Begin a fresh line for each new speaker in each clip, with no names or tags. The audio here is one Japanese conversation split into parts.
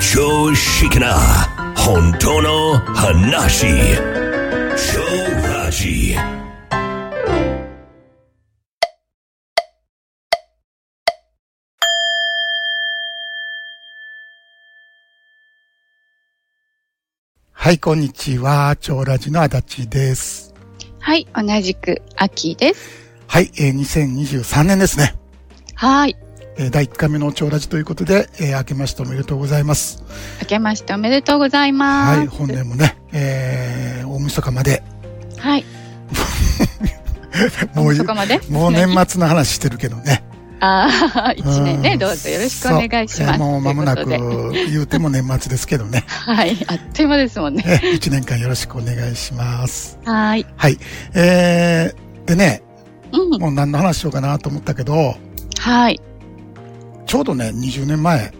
常識な本当の話超ラジ
はい、こんにちは。超ラジの足立です。
はい、同じく秋です。
はい、えー2023年ですね。
はーい、
えー第1回目の超ラジということで、えー明けましておめでとうございます。
明けましておめでとうございます。
はい、本年もね、えー、大晦日まで、
はい、
もうい
そこまで。
もう年末の話してるけどね。
ああ、一年
う
ね、
ん
どうぞよろしくお願いします。
そうえーもう間もなく
ということで
言うても年末ですけどね。
はい、あっという間ですもんね。
えー、1年間よろしくお願いします。
はーい、
はい。えー、でね、
うん、
もう何の話しようかなと思ったけど、
はい、
ちょうどね、20年前、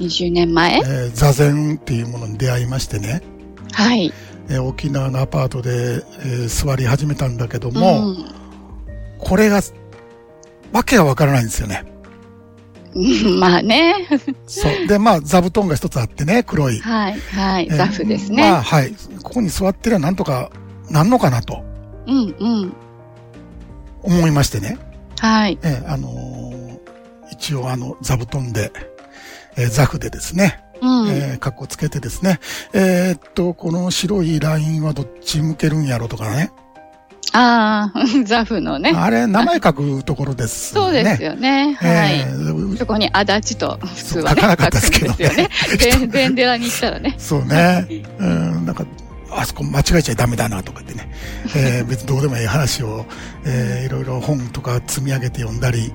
20年前
え。ー座禅っていうものに出会いましてね、
はい、
えー沖縄のアパートで、えー座り始めたんだけども、これが、わけがわからないんですよね。
うん、 まあね、
そう。で、まあ、座布団が一つあってね、黒い。
はい、はい、
えー
ザフです
まあ、
ね。
はい。ここに座ってりゃなんとかなんのかなと
うん、うん、
思いましてね。
はい、
えーあのー一応あの、座布団で、えー座布でですね、
うん、
えー、格好つけてですね、えーっと、この白いラインはどっち向けるんやろとかね。
ああ、 ザフのね。
あれ、名前書くところです、ね。
そうですよね。はい。
えー
そこに足立と普通はね、
書かなかったですけどね
書くんですよね。全然寺に行ったらね。
そうね。うん、なんか、あそこ間違えちゃダメだなとかってね。えー別にどうでもいい話を、えーいろいろ本とか積み上げて読んだり。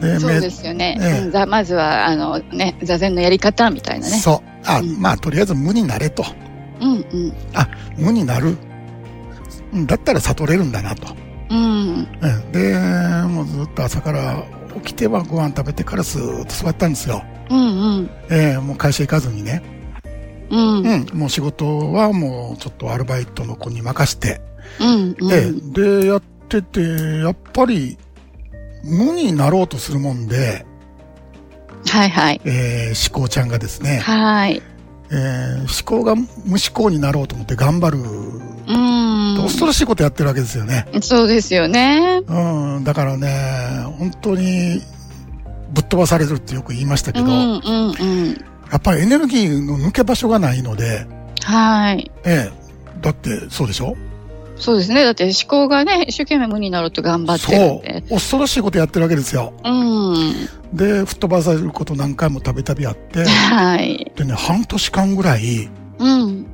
で
そうで
め
すよね。
ええ
うんざまずは、あのね、座禅のやり方みたいなね。
そう。あ、
うん
まあ、とりあえず無になれと。
うんうん。
無になる。うんだったら悟れるんだなと。
うん。
うんで、もうずっと朝から起きてはご飯食べてからスーッと座ったんですよ。
うん
えーもう会社行かずにね。
うん。うん。
うん、もう仕事はもうちょっとアルバイトの子に任して。
うんう
え
ん。
えで、やってて、やっぱり、無になろうとするもんで、
はいはい。
えー、思考ちゃんがですね、
はい。
えー、思考が無思考になろうと思って頑張る、恐
う
ろしいことやってるわけですよね。
ん。そうですよね。
うん、だからね、本当に、ぶっ飛ばされるってよく言いましたけ
う
ど、
ん
や
うんうん。
っぱりエネルギーの抜け場所がないので、
はい。
ええだってそうでしょ
そうですね。だって思考がね、一生懸命無になろうと頑張っ
そ
てるん
う
で。。
恐ろしいことやってるわけですよ。
うん。
で、吹っ飛ばされること何回もたびたびあって、
はい。
でね、半年間ぐらい
うん。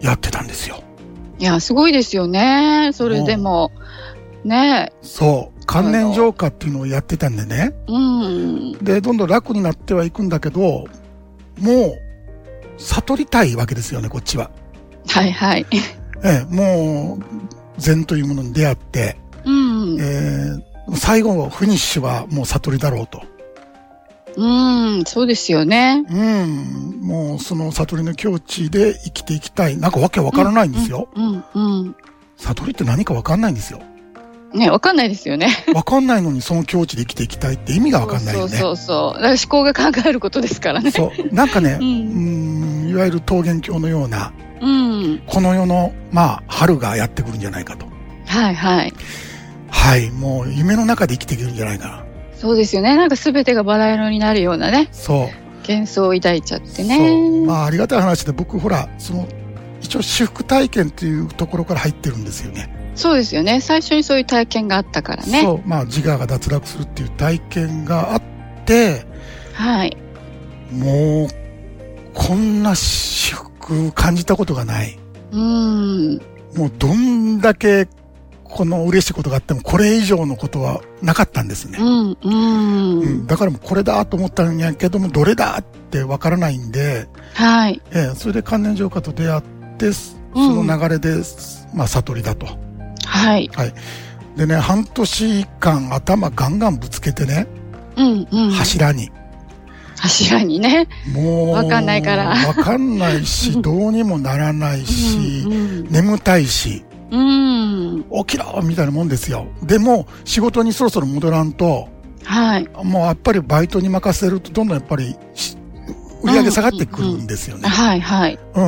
やってたんですよ。
いや、すごいですよね。それでも。ね
そう。関連浄化っていうのをやってたんでね。
うん。
で、どんどん楽になってはいくんだけど、もう、悟りたいわけですよね、こっちは。
はいはい。
ええ、もう、禅というものに出会って、
うん。
ええ、最後のフィニッシュはもう悟りだろうと。
うん。そうですよね。
うん、もうその悟りの境地で生きていきたい。なんかわけわからないんですよ。
うんうん。
悟りって何かわかんないんですよ。
ね、わかんないですよね。
わかんないのにその境地で生きていきたいって意味がわかんないよね。
そうそうそう。だから思考が考えることですからね。
そう。なんかね、う
う
んん、いわゆる桃源郷のような、
うん。
この世の、まあ、春がやってくるんじゃないかと。
はいはい。
はい、もう夢の中で生きていけるんじゃないかな。
そうですよね。なんか全てがバラ色になるようなね、
そう。
幻想を抱いちゃって
そう。
ね。
まあ、ありがたい話で、僕、ほら、その、一応、私服体験っていうところから入ってるんですよね。
そうですよね。最初にそういう体験があったからね。
そう。まあ、自我が脱落するっていう体験があって、
はい。
もう、こんな私服感じたことがない。
うん。
もうどんだけこの嬉しいことがあってもこれ以上のことはなかったんです
う
ね。
ん。うん。
うん、だからもうこれだと思ったんやけどもどれだってわからないんで、
はい。
ええそれで関連浄化と出会ってそ
うん
の流れです、まあ悟りだと。
はい。
でね、半年間頭ガンガンぶつけてね、
うん。うん。
柱に。
柱にね。
もう。
わかんないから
わかんない し、どうにもならないし
う、ん。
眠たいし、
うん。うん
起きろみたいなもんですよ。でも、仕事にそろそろ戻らんと、
はい。
もうやっぱりバイトに任せるとどんどんやっぱりし売り上げ下がってくるんですよね。
はいはい。
う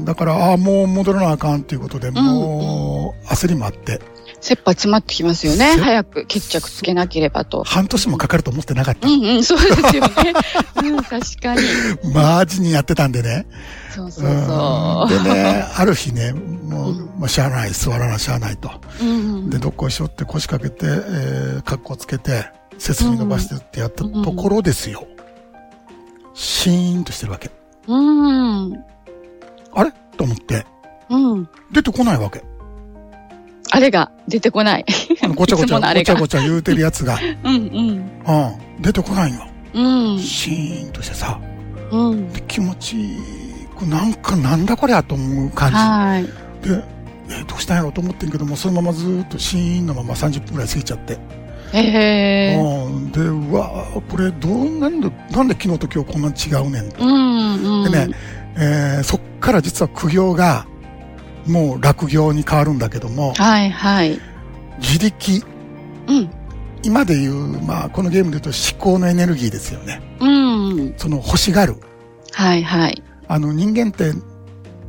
ん。だから、ああ、もう戻らなあかんということで、もう、焦りもあって、
切羽詰まってきますよね。
せ
早く決着つけなければと。
半年もかかると思ってなかっ
う
た。
んうん、そうです よね。うん、確かに。
マージにやってたんでね。
そうそううそ
ん。で ね、ある日ね、もう、
うん
まあ、しゃあない、座らなしゃあないと。
う。うん
で、どっこいしょって腰掛けて、えー、格好つけて、背筋伸ばしてってやったところですよ。シーンとしてるわけ。
うん。うん。
あれと思って、
うん。
出てこないわけ。
あれが出てこない。
あのごちゃごち
いつ
ゃ、
ものあ
ご
れ
ちゃ
が
ごちゃ言うてるやつが、
うん
うん、出てこないよ。
うん。うん。
シーンとしてさ、
うん。
で気持ちいい、こうなんかなんだこりゃと思う感
はい。
じ。で、えーどうしたんやろうと思ってんけども、そのままずーっとシーンのまま30分ぐらい過ぎちゃって。
ええ。
うん、で、うわーこれどう、なんで、なんで昨日と今日こんなに違うねんと。
うん。うん。
でね、えーそっから実は苦行が、もう落行に変わるんだけども、
はいはい。
自力、
うん。
今で言う、まあ、このゲームで言うと思考のエネルギーですよね。
うん。
その欲しがる。
はいはい。
あの、人間って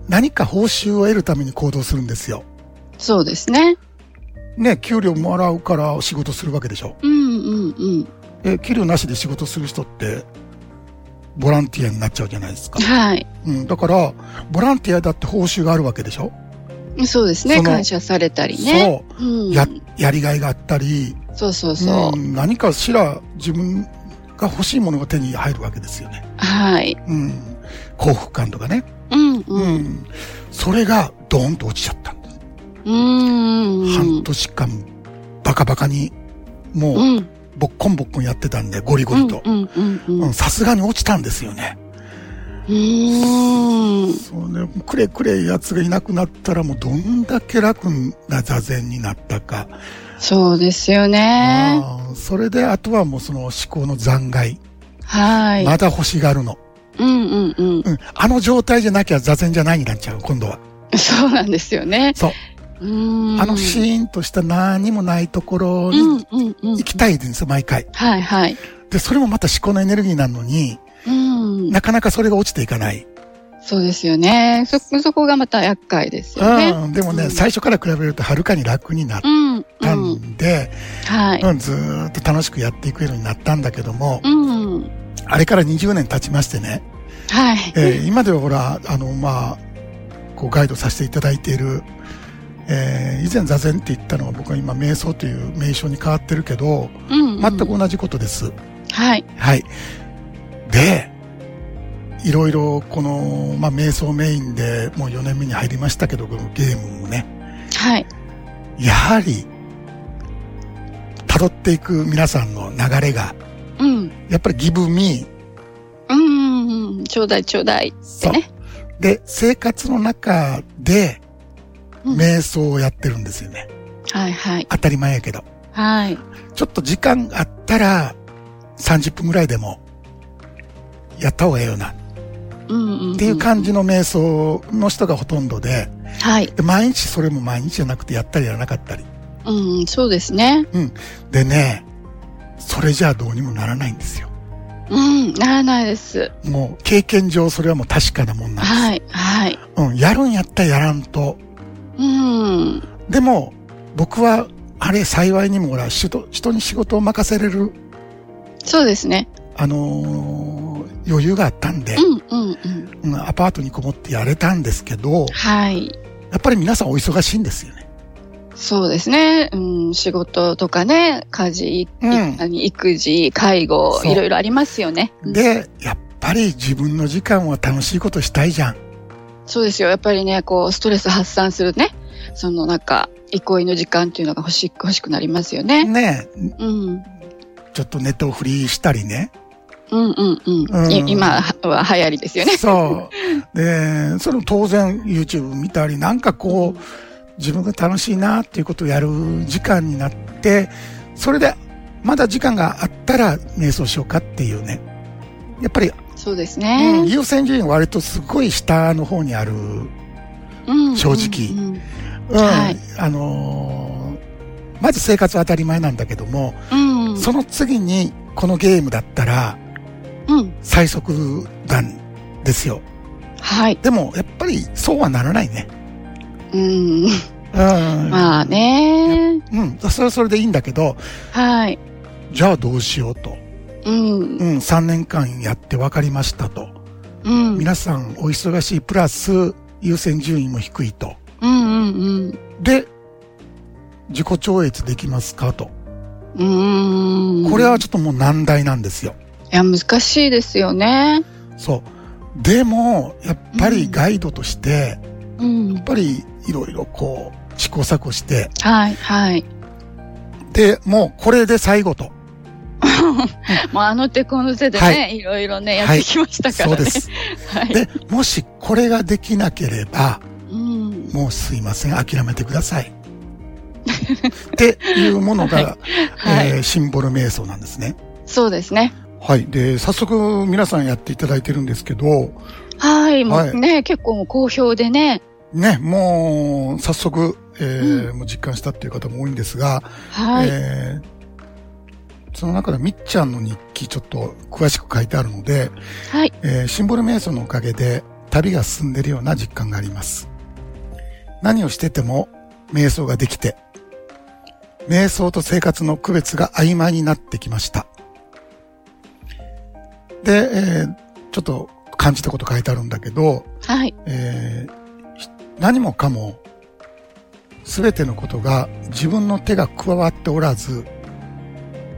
何か報酬を得るために行動するんですよ。
そうですね。
ね、給料もらうから仕事するわけでしょ。
うんうんうん。
え、給料なしで仕事する人って、ボランティアになっちゃうじゃないですか。
はい。
うん、だから、ボランティアだって報酬があるわけでしょ。
そうです
そ
ね。
の
感謝されたりね。そう。ん。
や、やりがいがあったり、
そうそうそうう。
ん何かしら自分が欲しいものが手に入るわけですよね。
はい。
うん、幸福感とかね。
うんう。
うんん、それがドーンと落ちちゃったんです。
うん。
半年間バカバカに、もう
う、ん。
ボッコンボッコンやってたんで、ゴリゴリと。
うんうんうん
う
うん
んさすがに落ちたんですよね。
うん。
そうね、くれくれやつがいなくなったらもうどんだけ楽な座禅になったか。
そうですよね。
あーそれであとはもうその思考の残骸。
はい。
まだ欲しがるの。
うんうんうん。
うん。あの状態じゃなきゃ座禅じゃないになっちゃう、今度は。
そうなんですよね。
そう。
うん。
あのシーンとした何もないところ
うん
に
うんうん
行。きたいんですよ、毎回。
はいはい。
で、それもまた思考のエネルギーなのに、
うん。
なかなかそれが落ちていかない。
そうですよね。そ、そこがまた厄介ですよね。
うん。でもね、
うん
最初から比べるとはるかに楽になっ
うん。うん。
たんで、
はい。
うん、ずーっと楽しくやっていくようになったんだけども、
うん。
あれから20年経ちましてね、
はい。
えー今ではほら、あの、まあ、こうガイドさせていただいている、えー以前座禅って言ったのは僕は今瞑想という名称に変わってるけど、
うんうん。
全く同じことです。
はい。
はい。で、いろいろこの、まあ、瞑想メインでもう4年目に入りましたけど、このゲームもね、
はい。
やはり、辿っていく皆さんの流れが、
うん。
やっぱりギブミー、
うんうんうん。ちょうだいちょうだいってね。
で、生活の中で、
うん
瞑想をやってるんですよね。
はいはい。
当たり前やけど。
はい。
ちょっと時間あったら、30分ぐらいでも、やった方がええよな、っ
うんうん。
ていう感じの瞑想の人がほとんどで、
じ。はい。
で毎日それも毎日じゃなくてやったりやらなかったり。
うん、そうですね。
でね、それじゃあどうにもならないんですよ。
うん、ならないです。
もう経験上それはもう確かなもんなんです。
はい、はい。
うん、やるんやったらやらんと。
うん。
でも、僕は、あれ幸いにもほら、人人に仕事を任せれる、
そうですね。
あのー余裕があったんで、
うん、うん、う
う
ん。
んアパートにこもってやれたんですけど、
はい。
やっぱり皆さんお忙しいんですよね。
そうですね。うん、仕事とかね、家事、い
うん
何育児、介護、
そう
いろいろありますよね。うん
で、やっぱり自分の時間は楽しいことしたいじゃん。
そうですよ。やっぱりね、こう、ストレス発散するね、そのなんか、憩いの時間っていうのが欲しく、欲しくなりますよね。
ね
うん。
ちょっとネットをフリーしたりね。
うんうんうん。
うん
い今は流行りですよね。
そう。で、それも当然 YouTube 見たり、なんかこう、自分が楽しいなっていうことをやる時間になって、それで、まだ時間があったら瞑想しようかっていうね。やっぱり、
そうです
うん、
ね。
優先順位は割とすごい下の方にある。うん。
うん
正直
うんはい
あのーまず生活は当たり前なんだけども、
うん。うん
その次にこのゲームだったら
うん。
最速弾ですよ。
はい。
でも、やっぱりそうはならないね。
うん。
うん。
まあね。
うん。それはそれでいいんだけど、
はい。
じゃあどうしようと。
うん
う。ん、3年間やって分かりましたと。
うん。うん
皆さんお忙しいプラス優先順位も低いと。
うんうん。
で、自己超越できますかと。
うん。
これはちょっともう難題なんですよ。
いや、難しいですよね。
そう。でも、やっぱりガイドとして、
うん
やっ。ぱりいろいろこう、試行錯誤して、
はい、はい。
で、もうこれで最後と。
もうあの手この手でね、、
はい
ろいろね、やっ
はい
てきましたから
そ
ね。
うです。
はい。
で、もしこれができなければ、
うん。
もうすいません、諦めてください。っていうものが、
はい
えーシンボル瞑想なんですね。
そうですね。
はい。で、早速皆さんやっていただいてるんですけど、
はい。も
はいう
ね、結構もう好評でね。
ね、もう、早速、えーもう実感したっていう方も多いんですが、
はい。
えーその中でみっちゃんの日記ちょっと詳しく書いてあるので、
はい。
えーシンボル瞑想のおかげで旅が進んでるような実感があります。何をしてても瞑想ができて、瞑想と生活の区別が曖昧になってきました。で、えーちょっと感じたこと書いてあるんだけど、
はい。
えーひ何もかも、すべてのことが自分の手が加わっておらず、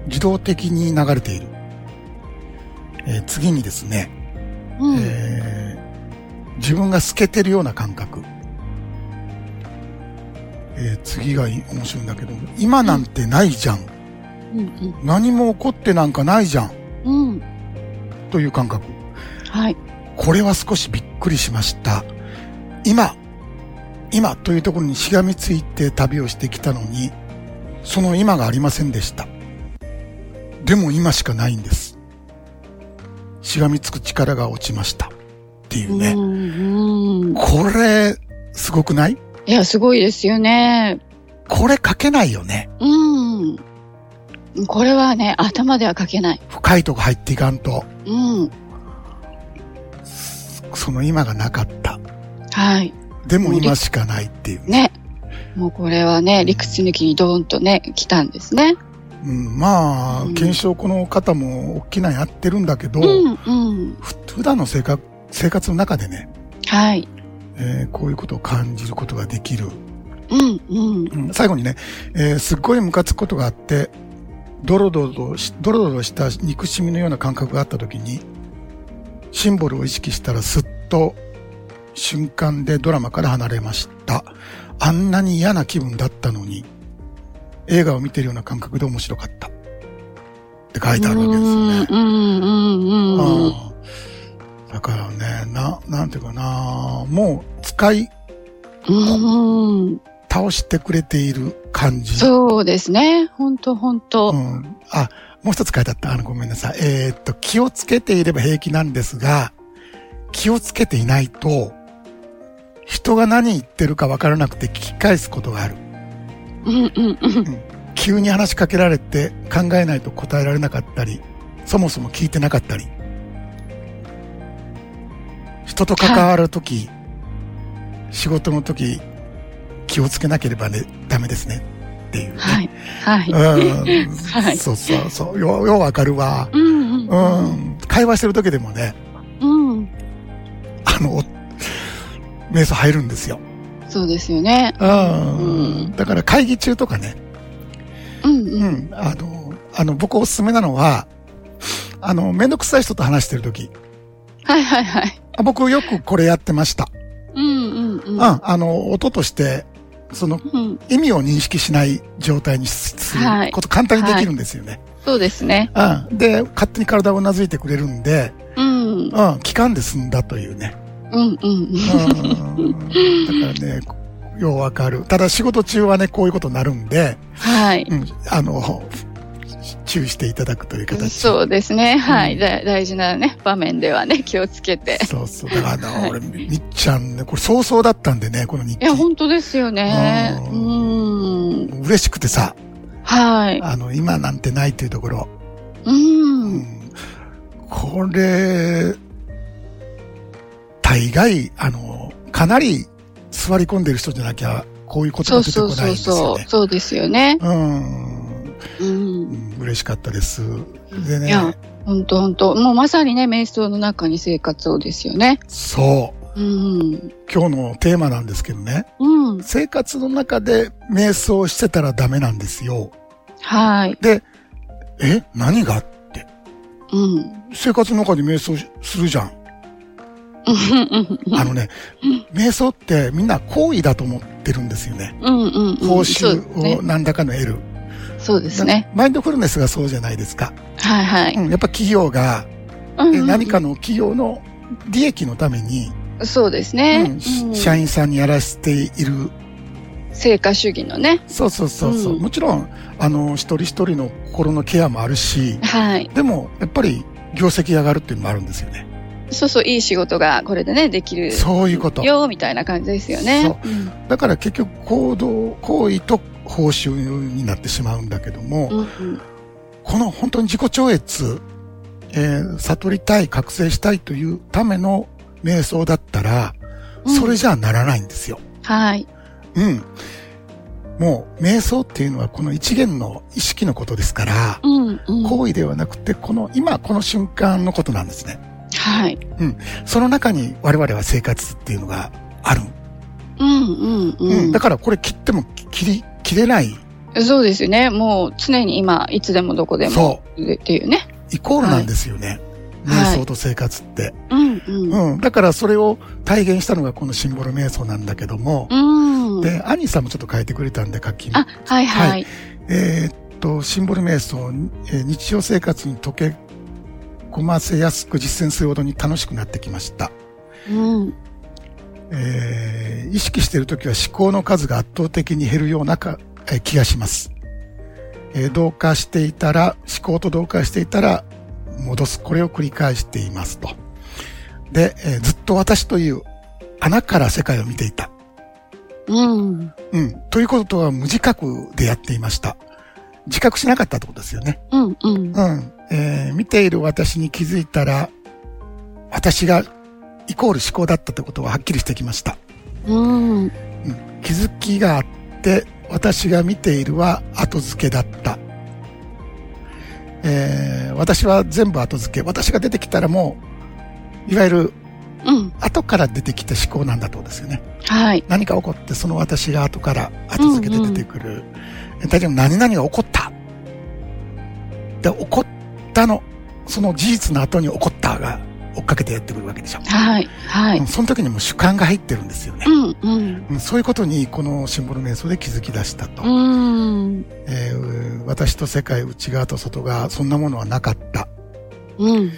自動的に流れている。えー次にですね、
うん。
えー自分が透けてるような感覚。えー次がい面白いんだけど、今なんてないじゃん。
うん
何も起こってなんかないじゃん。
うん。うん。
という感覚。
はい。
これは少しびっくりしました。今、今というところにしがみついて旅をしてきたのに、その今がありませんでした。でも今しかないんです。しがみつく力が落ちました。っていうね。
うんうん。
これ、すごくない
いや、すごいですよね。
これ書けないよね。
うん。これはね、頭では書けない。
深いとこ入っていかんと、
うん。
その今がなかった。
はい。
でも今しかないっていう。
ね。もうこれはね、理屈抜きにドーンとね、来たんですね。
うん、まあ、
うん
検証この方も大きなやってるんだけど、
うん、うん。
ふ普段の生活生活の中でね、
はい。
えーこういうことを感じることができる。
うん、うん。
うん最後にね、えーすっごいムカつくことがあって、ドロドロし、ドロドロした憎しみのような感覚があった時に、シンボルを意識したらすっと瞬間でドラマから離れました。あんなに嫌な気分だったのに、映画を見てるような感覚で面白かった。って書いてあるわけですよね。
うん、うん、うん、うん。
うんだからね、な、なんていうかな、もう使い
うん、
倒してくれている感じ。
そうですね。ほんと、ほん
う
と。
ん。あ、もう一つ書いてあった。あの、ごめんなさい。えーっと、気をつけていれば平気なんですが、気をつけていないと、人が何言ってるか分からなくて聞き返すことがある。
うん、うん、うん。
急に話しかけられて考えないと答えられなかったり、そもそも聞いてなかったり。人と関わるとき、仕事のとき、気をつけなければね、ダメですね。っていうね。
はい、はい。
うん。
はい
そうそうそう。よ、ようわかるわ。
う
う
ん、う、
んん。会話してるときでもね、
うん。うん。
あの、瞑想入るんですよ。
そうですよね。
うん。
うん
だから会議中とかね、
うん、うん。
うん。あの、あの、僕おすすめなのは、あの、めんどくさい人と話してるとき、
はい、はい、はい。
あ僕よくこれやってました。
うん、うん、う。
うんん。あの、音として、その、
うん、
意味を認識しない状態にすする
はい
こと簡単にできるんですよね。
そうですね。
うん。で、勝手に体をうなずいてくれるんで、
うん、うん、
うん、期間で済んだというね。
うん、うん。
うん。だからね、ようわかる。ただ仕事中はね、こういうことになるんで、
はい。
うん、あの、注意していただくという形。
そうですね。はい、
うん
だ大事なね、場面ではね、気をつけて。
そうそう。だから、あの
はい
俺、みっちゃんね、これ早々だったんでね、この日
い
記
や、。本当ですよね。
う
うんん。
嬉しくてさ、
はい。
あの、今なんてないっていうところ。
う。
うんん。これ、大概、あの、かなり座り込んでる人じゃなきゃ、こういうこと
そ
が
う
出てこ
そう
ない
そ
ん
う
ですよ
そう。
ね。
そうですよね。
うん。
う。
うんん嬉しかったです。で
い
ね、
や、ほんとほんと。もうまさにね、瞑想の中に生活をですよね。
そう。
うん。
今日のテーマなんですけどね、
うん。
生活の中で瞑想してたらダメなんですよ。
はい。
え何がって。
うん。
生活の中で瞑想しするじゃん。あのね、瞑想ってみんな行為だと思ってるんですよね。
うんうんうん。
報
そうです
酬を
ね。
何らかの得る。
そうですね。
マインドフルネスがそうじゃないですか。
はいはい。
うん、やっぱ企業が、
うん
え
うん
何かの企業の利益のために、
そうです
う
ね
ん。し
うん
社員さんにやらせている。
成果主義のね。
そうそうそうそう。
うん
もちろん、あの、一人一人の心のケアもあるし、
はい。
でも、やっぱり、業績上がるっていうのもあるんですよね。
そうそう、いい仕事がこれでね、できる
そういうこと。
よ、みたいな感じですよね。
だから結局、行動、行為と報酬になってしまうんだけども、
うんうん
この本当に自己超越、えー悟りたい、覚醒したいというための瞑想だったら、
うん
それじゃならないんですよ。
はい。
うん。もう、瞑想っていうのはこの一元の意識のことですから、
うんうん。
行為ではなくて、この、今この瞬間のことなんですね。
はい。
その中に我々は生活っていうのがある。
うんうん
う
うん
だからこれ切っても切り、切れない。
ん。そうですよね。もう常に今、いつでもどこでも
そ
っていうね。
イコールなんですよね。
はい
瞑想と生活って。
うんうん。
うん。だからそれを体現したのがこのシンボル瞑想なんだけども、
うん。
で、アニさんもちょっと書いてくれたんで書き、
あ、はいはい。
えーっと、シンボル瞑想、えー日常生活に溶け込ませやすく実践するほどに楽しくなってきました。
うん。
えー意識しているときは思考の数が圧倒的に減るようなか、えー気がします。えー同化していたら、思考と同化していたら、戻す。これを繰り返していますと。で、えーずっと私という穴から世界を見ていた。
うん。
うん。ということは無自覚でやっていました。自覚しなかったってことですよね。
うんうん。
うん。えー見ている私に気づいたら、私がイコール思考だったってことははっきりしてきました。
うん。
うん気づきがあって、私が見ているは後付けだった。えー私は全部後付け。私が出てきたらもう、いわゆる
うん。
後から出てきた思考なんだとですよね。
はい。
何か起こって、その私が後から後付けで出てくる。え大丈夫、何々が起こった。で、起こったの、その事実の後に起こったが追っかけてやってくるわけでしょ。
はい。は
う
い
ん。その時にもう主観が入ってるんですよね
う。んうん。
うんそういうことに、このシンボル瞑想で気づき出したと。
うん。
えー私と世界、内側と外側、そんなものはなかった。
うん。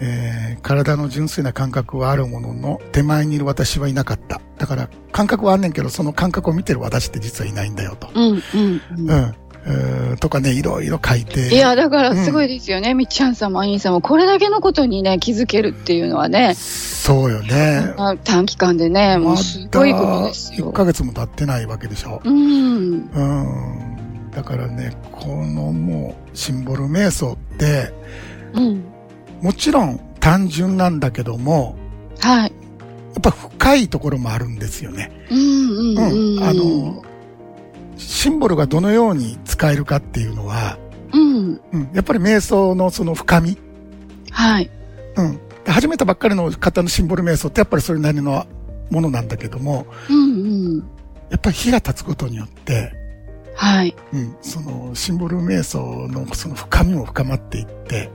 えー体の純粋な感覚はあるものの、手前にいる私はいなかった。だから、感覚はあんねんけど、その感覚を見てる私って実はいないんだよと。
うんうんう
うんん。。えーとかね、いろいろ書いて。
いや、だからすごいですよね。みっちゃんさんもアニーさんも、これだけのことにね、気づけるっていうのはね、
そうよね。
あ短期間でね、もうすごいことです
1
よ。
ヶ月も経ってないわけでしょ。
う
う
ん。
ん。だからね、このもう、シンボル瞑想って、
うん。
もちろん単純なんだけども、
は
や
い。
っぱ深いところもあるんですよね。
うんうんうん。
あの、シンボルがどのように使えるかっていうのは、
うん。
うん、やっぱり瞑想のその深み、
はい。
うん。で始めたばっかりの方のシンボル瞑想ってやっぱりそれなりのものなんだけども、
うんうん。
やっぱり火が立つことによって、
はい。
うん、そのシンボル瞑想のその深みも深まっていって、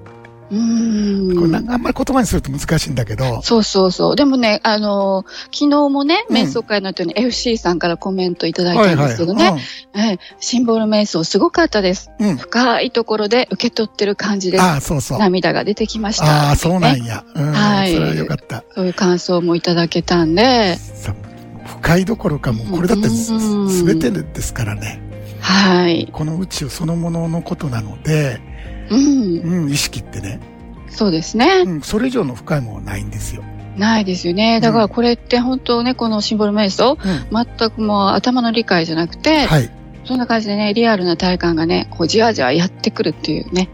う
これな
ー
ん
ん。
かあんまり言葉にすると難しいんだけど、
そうそうそう。でもね、あの、昨日もね、
うん
瞑想会の後に FC さんからコメントいただいたんですけどね、はいシンボル瞑想すごかったです。
うん、うん。
深いところで受け取ってる感じです。
ああ、そうそう。
涙が出てきました。
ああ、そうな
ね
んや。うん、
はい
それはよかった。
そういう感想もいただけたんで、
さ深いどころかもうこれだってす
うん
すべてですからね。
はい。
この宇宙そのもののことなので、
うん。
うん、意識ってね、
そうですね
う。ん、それ以上の深いものはないんですよ。
ないですよね。だからこれって本当ね、このシンボル瞑
う
想、
ん
全くもう頭の理解じゃなくて、
はい。
そんな感じでね、リアルな体感がね、こうじわじわやってくるっていうね。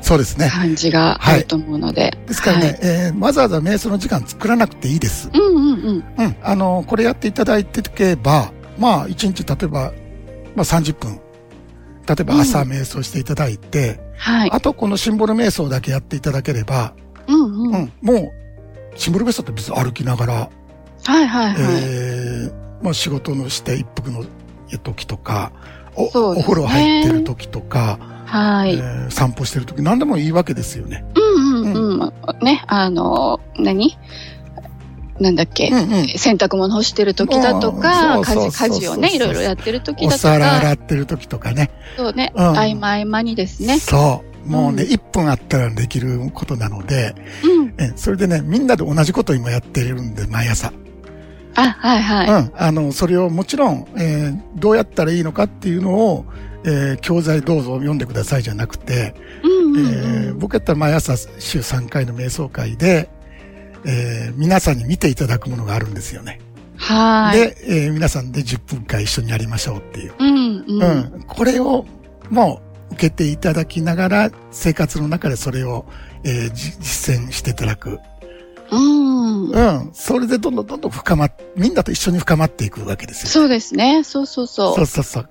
そうですね。
感じがあると思うので。
ですからね、
はい
えーわざわざ瞑想の時間作らなくていいです。
うんうんうん。
うん。あの、これやっていただいていけば、まあ、1日例えば、まあ30分。例えば朝
う
瞑想していただいて、
はい。
あとこのシンボル瞑想だけやっていただければ、
うんうん。
う
はい
ん、もう、シンボル瞑想って別に歩きながら、
はいはい。
えーまあ仕事のして一服の時とか、お、
そう
お
ですね
風呂入ってる時とか、
は
え
い。
ー散歩してる時、何でもいいわけですよね。
うんうんうん。ね、あの、何なんだっけ
う。んうん。
洗濯物干してる時だとか、
うん
家
そうそうそう
事、
そう
家事をね、いろいろやってる時
お
だと
皿洗
か、
ってる時とかね。
そうね、
うん
合間合間にですね。
そう。もうね、
うん
1分あったらできることなので、
うん。
ねそれでね、みんなで同じことを今やってるんで、毎朝。
あ、はいはい。
うん。あの、それをもちろん、えーどうやったらいいのかっていうのを、えー教材どうぞ読んでくださいじゃなくて、
うんうん
えー
うん。
僕やったら毎朝週3回の瞑想会で、えー皆さんに見ていただくものがあるんですよね。
はい。
で、えー皆さんで10分間一緒にやりましょうっていう。
うんうん。
う
は
ん。これをもう受けていただきながら、生活の中でそれを、えーじ実践していただく。
うん。
うん。それでどんどんどんどん深まっ、みんなと一緒に深まっていくわけですよ。
そうですね。そうそうそ
そうそうそう。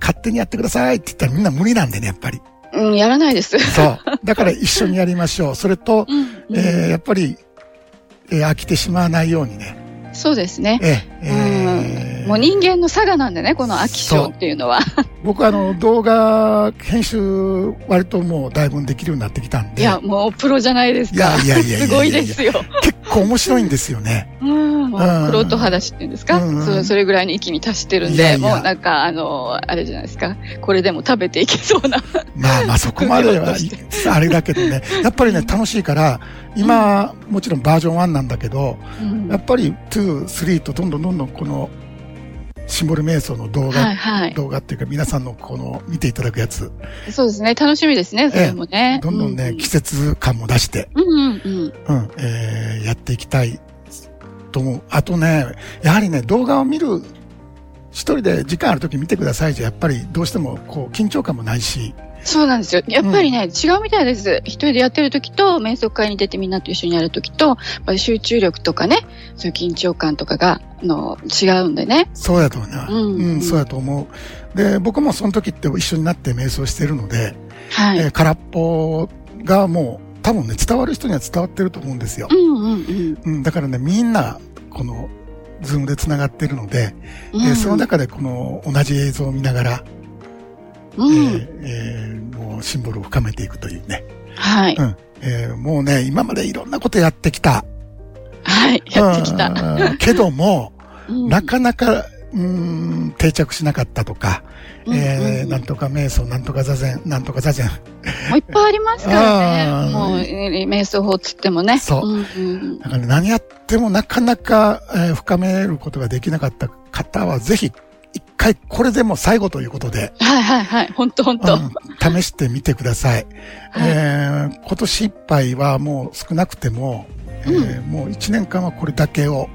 勝手にやってくださいって言ったらみんな無理なんでね、やっぱり。
う。うん、やらないです。
そう。だから一緒にやりましょう。それと、
うんうん
えーやっぱり、えー飽きてしまわないようにね。
そうですね。
えーえー
うんもう人間の差がなんでね、この飽き性っていうのは。
僕はあの、動画編集、割ともうだいぶできるようになってきたんで。
いや、もうプロじゃないです
いや
か。
いやいやいや
すごいですよ。
結構面白いんですよね。
うん。もう黒と肌してるんですか
うん
そそれぐらいに域に達してるん
いやい
で、
や
もうなんか、あの、あれじゃないですか。これでも食べていけそうな。
まあまあそこまでは
副業、
あれだけどね。やっぱりね、楽しいから、今、もちろんバージョン1なんだけど、
うん
やっぱり2、3とどんどんどんどんこの、シンボル瞑想の動画、
はいはい。
動画っていうか皆さんのこの見ていただくやつ、
そうですね。楽しみですね、それもね。
どんどんね、季節感も出して、
うんうんうん。
うん、えーやっていきたいと思う。あとね、やはりね、動画を見る、一人で時間ある時見てくださいじゃ、やっぱりどうしてもこう緊張感もないし、
そうなんですよ。やっぱりね、違うみたいです。一人でやってる時と、瞑想会に出てみんなと一緒にやる時と、やっぱり集中力とかね、そういう緊張感とかが、あの、違うんでね。
そうやと思うな。
うん
うん、そうやと思う。で、僕もその時って一緒になって瞑想してるので、
はい。
えー空っぽがもう多分ね、伝わる人には伝わってると思うんですよ
う。んうんうん
うん、だからね、みんな、この、ズームで繋がってるので、
うん。
えーその中でこの同じ映像を見ながら、
う
え
ん。
ーえーもうシンボルを深めていくというね。
はい。
うんえーもうね、今までいろんなことやってきた。
はい。やってきた。
うんけども、
うん
なかなか、うーん、定着しなかったとか、
うん
え
う
ー
ん
なんとか瞑想、なんとか座禅、なんとか座禅。
もういっぱいありますから
あー
ね。もう、えー瞑想法つってもね。
そうん
うん
だから何やってもなかなか、えー深めることができなかった方は、ぜひ、一回これでもう最後ということで、
はいはいはい。ほんとほんと。
うん、試してみてください。えー今年いっぱいはもう少なくても、えーもう1年間はこれだけを、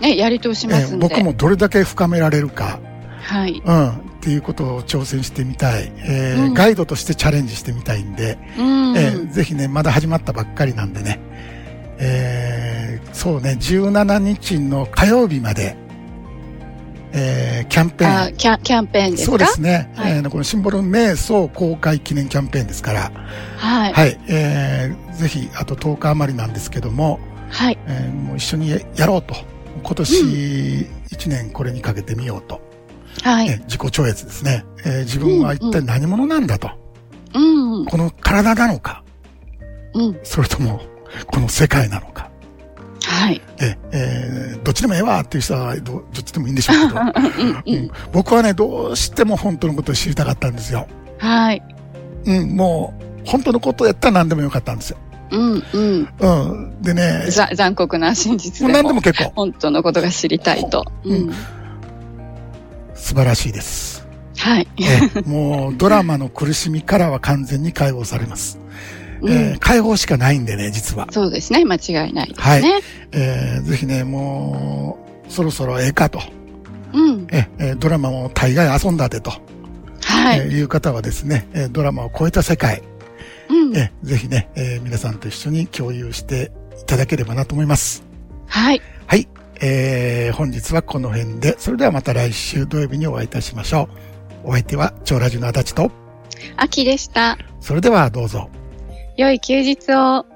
ね、やり通しま
え
す
ー
ん
僕
で。
もどれだけ深められるか、
はい。
うん、っていうことを挑戦してみたい、えー
うん
ガイドとしてチャレンジしてみたいんで、
うん。
えーぜひね、まだ始まったばっかりなんでね、えーそうね、17日の火曜日まで、えーキャンペー
あ
ン、
キャンキャンペーンですか
そうですね、
はい
えーこのシンボル瞑想公開記念キャンペーンですから、
はい。
はい、えーぜひ、あと10日余りなんですけども、
はい。
えーもう一緒にややろうと。今年1年これにかけてみようと。
は
え
い。
ー自己超越ですね、えー自分は一体何者なんだと。
うん。
この体なのか、
うん。
それとも、この世界なのか。
はい。
えーえーどっちでもええわっていう人はど、どっちでもいいんでしょ うけど、
うんう
うんん僕はね、どうしても本当のことを知りたかったんですよ。
はい。
うん、もう、本当のことやったら何でもよかったんですよ。
うんうん。
うん。でね、
ざ残酷な真実
もう
で
何で
も
も結構。
本当のことが知りたいと。
うん
うん
素晴らしいです。
はい。
えもうドラマの苦しみからは完全に解放されます。
うん
えー解放しかないんでね、実は。
そうですね。間違いないです
はい
ね。
えーぜひね、もう、そろそろええかと。
うん。
ええードラマも大概遊んだでと、
はい
えー。いう方はですね、えードラマを超えた世界、
うん。
えぜひね、えー皆さんと一緒に共有していただければなと思います。
はい。
はい。えー、本日はこの辺で、それではまた来週土曜日にお会いいたしましょう。お相手は、超ラジの足立と、
秋でした。
それではどうぞ。
良い休日を。